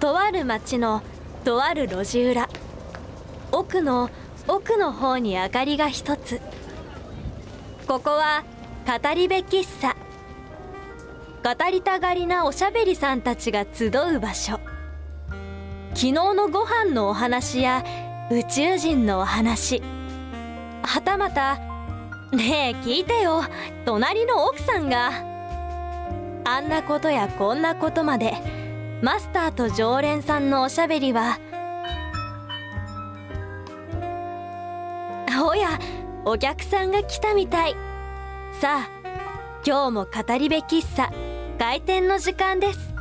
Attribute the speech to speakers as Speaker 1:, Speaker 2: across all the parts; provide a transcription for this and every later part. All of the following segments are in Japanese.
Speaker 1: とある町のとある路地裏奥の奥の方に明かりが一つここは語り部喫茶語りたがりなおしゃべりさんたちが集う場所昨日のご飯のお話や宇宙人のお話はたまた「ねえ聞いてよ隣の奥さんが」あんなことやこんなことまでマスターと常連さんのおしゃべりはおやお客さんが来たみたいさあ今日も語り部喫茶開店の時間です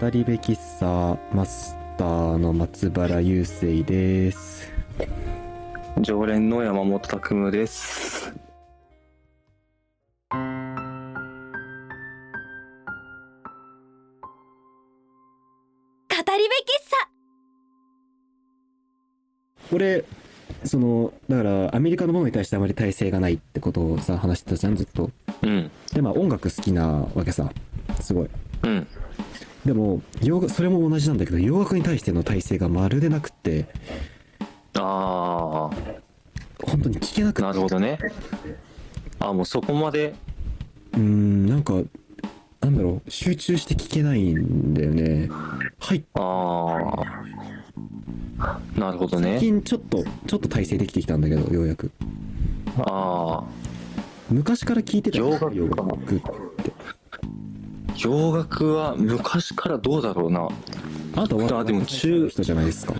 Speaker 2: 語りべ喫茶マスターの松原雄生です
Speaker 3: 常連の山本拓夢です。
Speaker 1: 語り部喫
Speaker 2: 俺そのだからアメリカのものに対してあまり耐性がないってことをさ話してたじゃんずっと
Speaker 3: うん。
Speaker 2: でまあ音楽好きなわけさすごい
Speaker 3: うん。
Speaker 2: でも洋楽それも同じなんだけど洋楽に対しての耐性がまるでなくって
Speaker 3: あ
Speaker 2: 本当に聞けなくて
Speaker 3: あ、なるほどね。あもうそこまで。
Speaker 2: うーんなんかなんだろう集中して聞けないんだよねはい
Speaker 3: ああ。なるほど
Speaker 2: 最
Speaker 3: ね。
Speaker 2: 近ちょっとちょっと耐性できてきたんだけどようやく
Speaker 3: ああ。
Speaker 2: 昔から聞いてた
Speaker 3: 洋楽
Speaker 2: 洋楽って
Speaker 3: 洋楽は昔からどうだろうな。
Speaker 2: あなたは
Speaker 3: あでも中
Speaker 2: 人じゃないですか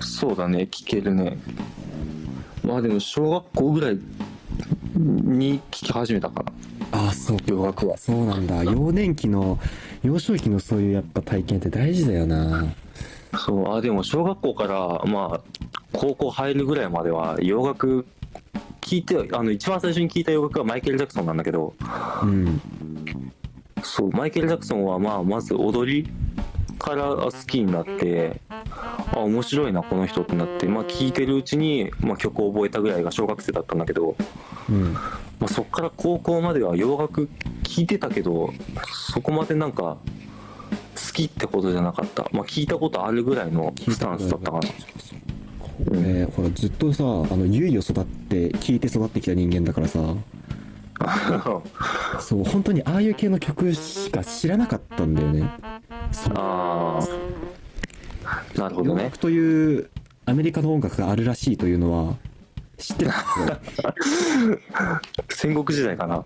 Speaker 3: そうだね、聞けるね。まあでも小学校ぐらいに聞き始めたかな。
Speaker 2: ああそう
Speaker 3: 洋楽は。
Speaker 2: そうなんだ幼年期の幼少期のそういうやっぱ体験って大事だよな
Speaker 3: そう、あでも小学校から、まあ、高校入るぐらいまでは洋楽聞いて、あの、一番最初に聞いた洋楽はマイケル・ジャクソンなんだけど、
Speaker 2: うん
Speaker 3: そう、マイケル・ジャクソンは、まあ、まず踊りから好きになって、あ、面白いな、この人ってなって、まあ、聴いてるうちに、まあ、曲を覚えたぐらいが小学生だったんだけど、
Speaker 2: うん
Speaker 3: まあ、そこから高校までは洋楽聴いてたけど、そこまでなんか、好きってことじゃなかった。まあ、聞いたことあるぐらいのスタンスだったかな。
Speaker 2: 俺ほらずっとさあのゆいを育って聞いて育ってきた人間だからさそう本当にああいう系の曲しか知らなかったんだよねそう
Speaker 3: ああ、なるほど
Speaker 2: 洋
Speaker 3: ね
Speaker 2: 楽。というアメリカの音楽があるらしいというのは知ってたんですよ
Speaker 3: 戦国時代かな。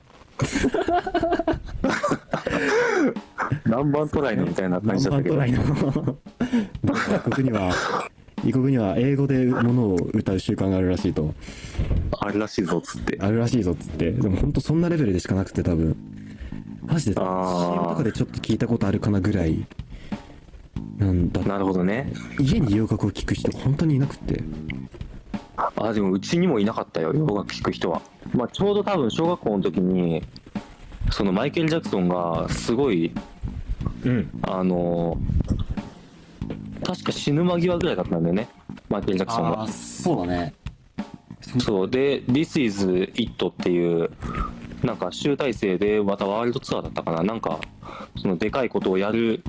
Speaker 3: 何番トライのみたいな感
Speaker 2: 南
Speaker 3: じだ
Speaker 2: 蛮
Speaker 3: ったけ
Speaker 2: ト
Speaker 3: ど
Speaker 2: ラ。イの異国には異国には英語でものを歌う習慣があるらしいと
Speaker 3: あれらしいぞっつって。
Speaker 2: あるらしいぞっつってでも本当そんなレベルでしかなくて多分マジで CM
Speaker 3: あー
Speaker 2: とかでちょっと聞いたことあるかなぐらいなんだ
Speaker 3: なるほどね。
Speaker 2: 家に洋楽を聴く人本当にいなくて
Speaker 3: あ、でもうちにもいなかったよ、洋楽聴く人は。まあ、ちょうど多分小学校の時に、そのマイケル・ジャクソンがすごい、
Speaker 2: うん
Speaker 3: あの、確か死ぬ間際ぐらいだったんだよね、マイケル・ジャクソンが。
Speaker 2: そうだね
Speaker 3: そうで「This is It」っていうなんか集大成でまたワールドツアーだったかななんかそのでかいことをやる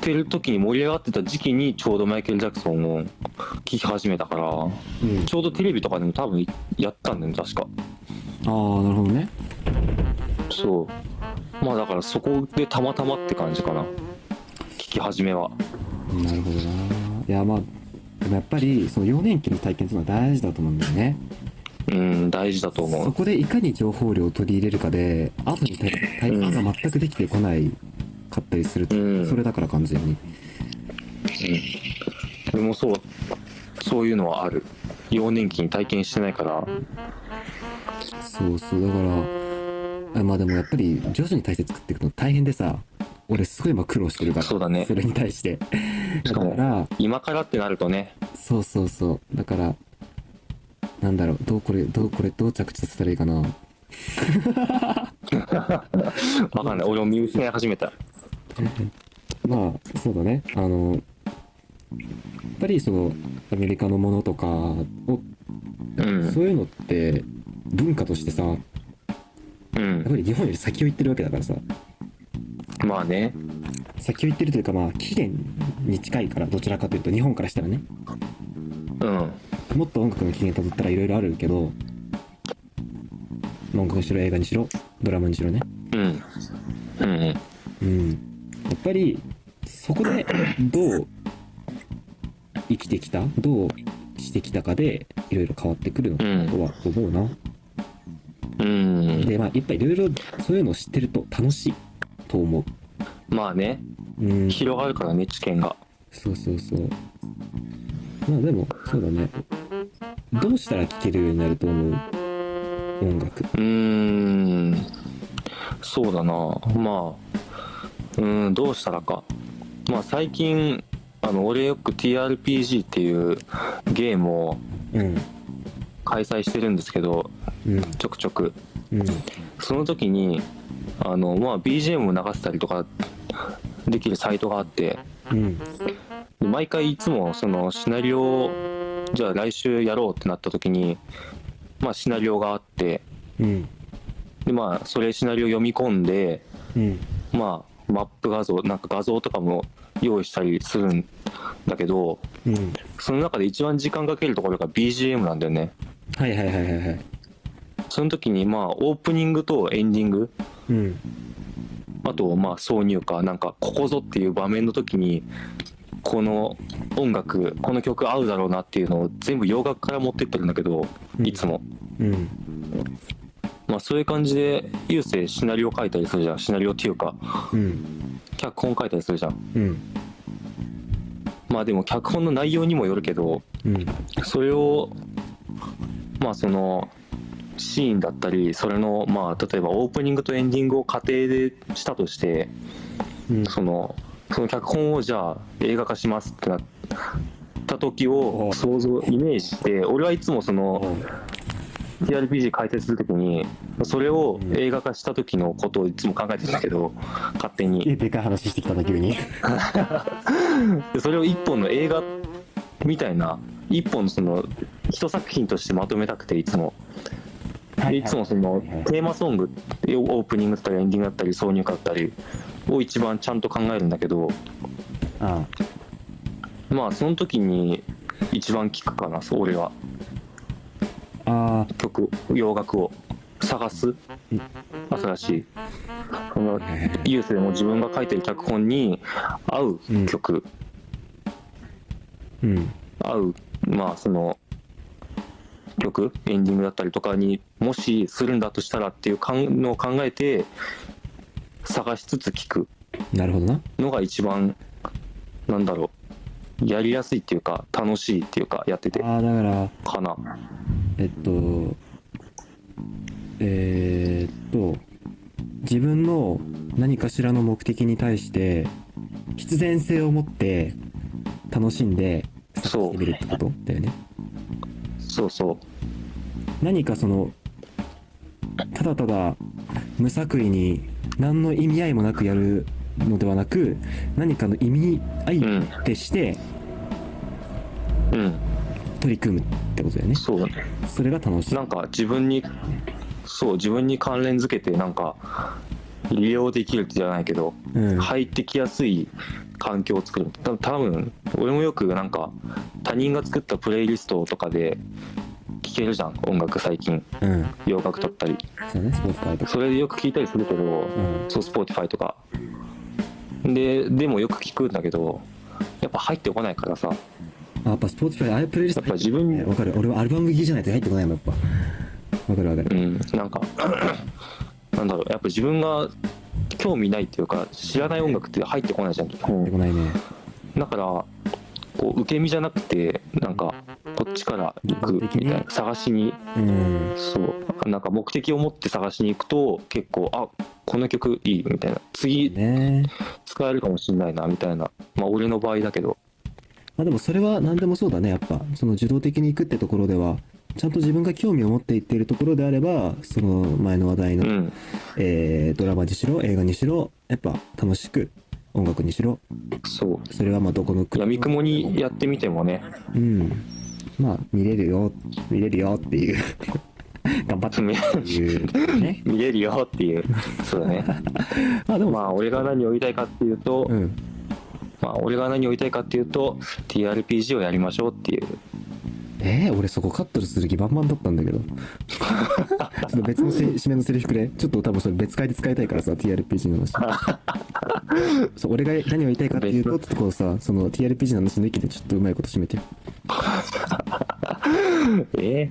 Speaker 3: てる時に盛り上がってた時期にちょうどマイケル・ジャクソンを聴き始めたから
Speaker 2: うん
Speaker 3: ちょうどテレビとかでも多分やったんだよね確か
Speaker 2: ああなるほどね
Speaker 3: そうまあだからそこでたまたまって感じかな聴き始めは
Speaker 2: なるほどないやまあでもやっぱりその幼年期の体験っていうのは大事だと思うんだよね
Speaker 3: うん大事だと思
Speaker 2: そうこでいかに情報量を取り入れるかで後に体体
Speaker 3: うん
Speaker 2: 感が全くできてこないかったりすると、
Speaker 3: うん
Speaker 2: それだから完全に
Speaker 3: でもそうそういうのはある幼年期に体験してないから
Speaker 2: そうそうだからあまあでもやっぱり徐々に体制作っていくの大変でさ俺すごい今苦労してるから
Speaker 3: そうだね
Speaker 2: それに対して
Speaker 3: し
Speaker 2: だ
Speaker 3: か
Speaker 2: か
Speaker 3: も
Speaker 2: ら
Speaker 3: 今からってなるとね
Speaker 2: そうそうそうだからなんだろうどうこれどうこれどう着地させたらいいかな
Speaker 3: わかんない。俺も見失い始めた。
Speaker 2: まあそうだねあのやっぱりそのアメリカのものとかを
Speaker 3: うん
Speaker 2: そういうのって文化としてさ
Speaker 3: う
Speaker 2: やっ
Speaker 3: ん
Speaker 2: ぱり日本より先を行ってるわけだからさ
Speaker 3: まあね
Speaker 2: 先を行ってるというかまあ起源に近いからどちらかというと日本からしたらね
Speaker 3: うん
Speaker 2: もっと音楽の起源たどったらいろいろあるけどまあ音楽にしろ映画にしろドラマにしろね
Speaker 3: うんうんう
Speaker 2: う
Speaker 3: ん
Speaker 2: んやっぱりそこでどう生きてきたどうしてきたかでいろいろ変わってくるの
Speaker 3: うん
Speaker 2: とは思うな、
Speaker 3: うん
Speaker 2: でまあやっぱりいろいろそういうのを知ってると楽しいと思
Speaker 3: まあね
Speaker 2: ううん
Speaker 3: 広がるからね知見が
Speaker 2: そうそうそうまあでもそうだねどうしたら聴けるようになると思う音楽
Speaker 3: うーんそうだなまあうんどうしたらかまあ最近あの俺よく TRPG っていうゲームを
Speaker 2: うん
Speaker 3: 開催してるんですけど
Speaker 2: うん
Speaker 3: ちょくちょく
Speaker 2: うん
Speaker 3: その時にあの、まあ、BGM を流せたりとかできるサイトがあって
Speaker 2: うん
Speaker 3: で毎回いつもそのシナリオをじゃあ来週やろうってなった時に、まあ、シナリオがあって
Speaker 2: うん
Speaker 3: でまあそれシナリオ読み込んで
Speaker 2: うん
Speaker 3: まあマップ画像なんか画像とかも用意したりするんだけど
Speaker 2: うん
Speaker 3: その中で一番時間かけるところが BGM なんだよね
Speaker 2: はいはいはいはいはい
Speaker 3: その時にまあオープニングとエンディング
Speaker 2: うん
Speaker 3: あとまあ挿入歌なんかここぞっていう場面の時にこの音楽この曲合うだろうなっていうのを全部洋楽から持ってってるんだけどいつも、
Speaker 2: うん
Speaker 3: まあ、そういう感じで優勢シナリオ書いたりするじゃんシナリオっていうか
Speaker 2: うん
Speaker 3: 脚本書いたりするじゃん
Speaker 2: うん
Speaker 3: まあでも脚本の内容にもよるけど
Speaker 2: うん
Speaker 3: それをまあそのシーンだったりそれのまあ例えばオープニングとエンディングを仮定でしたとして
Speaker 2: うん
Speaker 3: そのその脚本をじゃあ映画化しますってなった時を
Speaker 2: お
Speaker 3: 想像イメージして俺はいつもその TRPG 解説する時にそれを映画化した時のことをいつも考えてたけど勝手に
Speaker 2: でかい話してきたんだ急に
Speaker 3: でそれを一本の映画みたいな一本のその一作品としてまとめたくていつもでいつもその
Speaker 2: はいはい
Speaker 3: テーマソングオープニングだったりエンディングだったり挿入歌だったりを一番ちゃんと考えるんだけど
Speaker 2: あ
Speaker 3: まあその時に一番聴くかなそう俺は
Speaker 2: あ
Speaker 3: 曲洋楽を探す
Speaker 2: うん
Speaker 3: 新しいその
Speaker 2: はいはいはい
Speaker 3: ユースでも自分が書いてる脚本に合う曲、
Speaker 2: うん
Speaker 3: 合うまあその曲エンディングだったりとかにもしするんだとしたらっていうかんのを考えて探しつつ聞く
Speaker 2: なるほどな
Speaker 3: のが一番なんだろうやりやすいっていうか楽しいっていうかやってて
Speaker 2: ああだから
Speaker 3: かな
Speaker 2: えっとえーっと自分の何かしらの目的に対して必然性を持って楽しんで探してみるってことだよね
Speaker 3: そうそ
Speaker 2: 何かそのただただ無作為に何の意味合いもなくやるのではなく何かの意味合
Speaker 3: うう
Speaker 2: い
Speaker 3: ん
Speaker 2: ってして
Speaker 3: うん
Speaker 2: 取り組むってことだよね
Speaker 3: そうだね
Speaker 2: それが楽しい
Speaker 3: なんか自分にそう自分に関連づけてなんか利用できるじゃないけど
Speaker 2: うん
Speaker 3: 入ってきやすい環境を作る多分多分俺もよくなんか他人が作ったプレイリストとかで聴けるじゃん音楽最近
Speaker 2: うん
Speaker 3: 洋楽だったり
Speaker 2: そうだねスポーツ界とか
Speaker 3: それでよく聴いたりするけど
Speaker 2: うん
Speaker 3: そう Spotify とかででもよく聞くんだけどやっぱ入ってこないからさ
Speaker 2: あやっぱスポーツ界ああいうプレイリスト
Speaker 3: やっぱ自分
Speaker 2: ねわかる俺はアルバム聴きじゃないと入ってこないもんやっぱわかるわか
Speaker 3: う
Speaker 2: る
Speaker 3: んなんか なんだろうやっぱ自分が興味ないっていうか知らない音楽って入ってこないじゃん基本
Speaker 2: 入ってこないね
Speaker 3: だからこう受け身じゃなくてなんかこっちから行くみたいな探しに
Speaker 2: うん
Speaker 3: そうなんか目的を持って探しに行くと結構あこの曲いいみたいな次
Speaker 2: ね
Speaker 3: 使えるかもしれないなみたいなまあ俺の場合だけど
Speaker 2: まあでもそれは何でもそうだねやっぱその受動的に行くってところではちゃんと自分が興味を持っていっているところであればその前の話題の、
Speaker 3: うん
Speaker 2: えードラマにしろ映画にしろやっぱ楽しく音楽にしろ
Speaker 3: そ
Speaker 2: それはまあどこの
Speaker 3: う
Speaker 2: 国
Speaker 3: やみくもにやってみてもね
Speaker 2: うんまあ見れるよ見れるよっていう 頑張ってねっていうね
Speaker 3: 見れるよっていうそう だね
Speaker 2: まあでも、
Speaker 3: まあ俺が何を言いたいかっていうと、
Speaker 2: うん
Speaker 3: まあ俺が何を言いたいかっていうと TRPG をやりましょうっていう
Speaker 2: えー、俺そこカットする気満々だったんだけど ちょっと別のし締めのセリフくれちょっと多分それ別回で使いたいからさ TRPG の話 そう俺が何を言いたいかっていうとってところさその TRPG の話抜きでちょっとうまいこと締めてよ
Speaker 3: え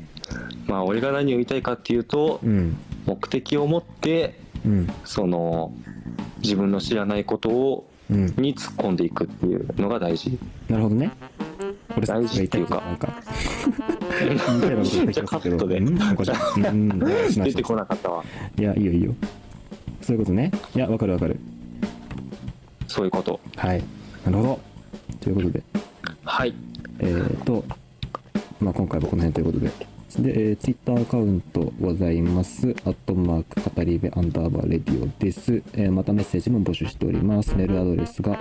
Speaker 3: ーまあ俺が何を言いたいかっていうと
Speaker 2: うん
Speaker 3: 目的を持って
Speaker 2: うん
Speaker 3: その自分の知らないことを
Speaker 2: うん
Speaker 3: に突っ込んでいくっていうのが大事
Speaker 2: なるほどね俺
Speaker 3: 大事っていうか
Speaker 2: なんか言いたいこと言った気がするけど
Speaker 3: じゃあカットで
Speaker 2: うんなんかじゃあうんうんしない
Speaker 3: 出てこなかったわ
Speaker 2: いやいいよいいよそういうことねいやわかるわかる
Speaker 3: そういうこと
Speaker 2: はいなるほどということで
Speaker 3: はい
Speaker 2: えー、と、まあ、今回はこの辺ということで。で、えー、ツイッターアカウントございます。アットマーク、語り部アンダーバーレディオです。えーまたメッセージも募集しております。メールアドレスが、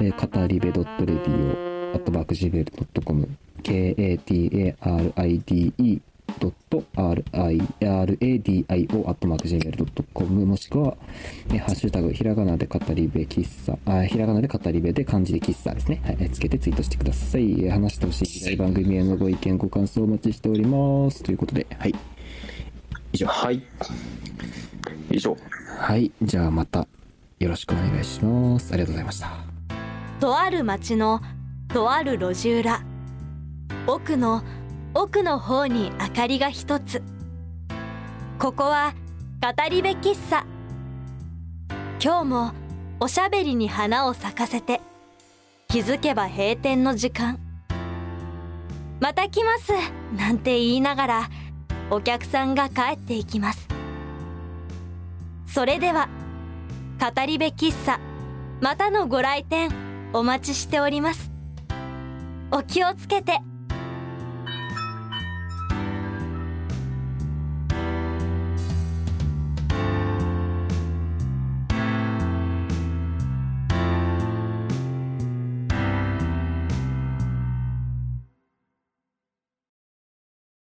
Speaker 2: えー、語り部 .radio、アットマーク、gmail.com、kataride、.radio アットマーク gmail.com もしくは、えーハッシュタグひらがなで語り部喫茶あーひらがなで語り部で漢字で喫茶ですね、はいえーつけてツイートしてください、えー話してほしい議題番組へのご意見ご感想お待ちしておりますということではい
Speaker 3: はい以上
Speaker 2: はいじゃあまたよろしくお願いしますありがとうございました
Speaker 1: とある町のとある路地裏奥の奥の方に明かりが一つここは語り部喫茶今日もおしゃべりに花を咲かせて気づけば閉店の時間また来ますなんて言いながらお客さんが帰っていきますそれでは語り部喫茶またのご来店お待ちしておりますお気をつけて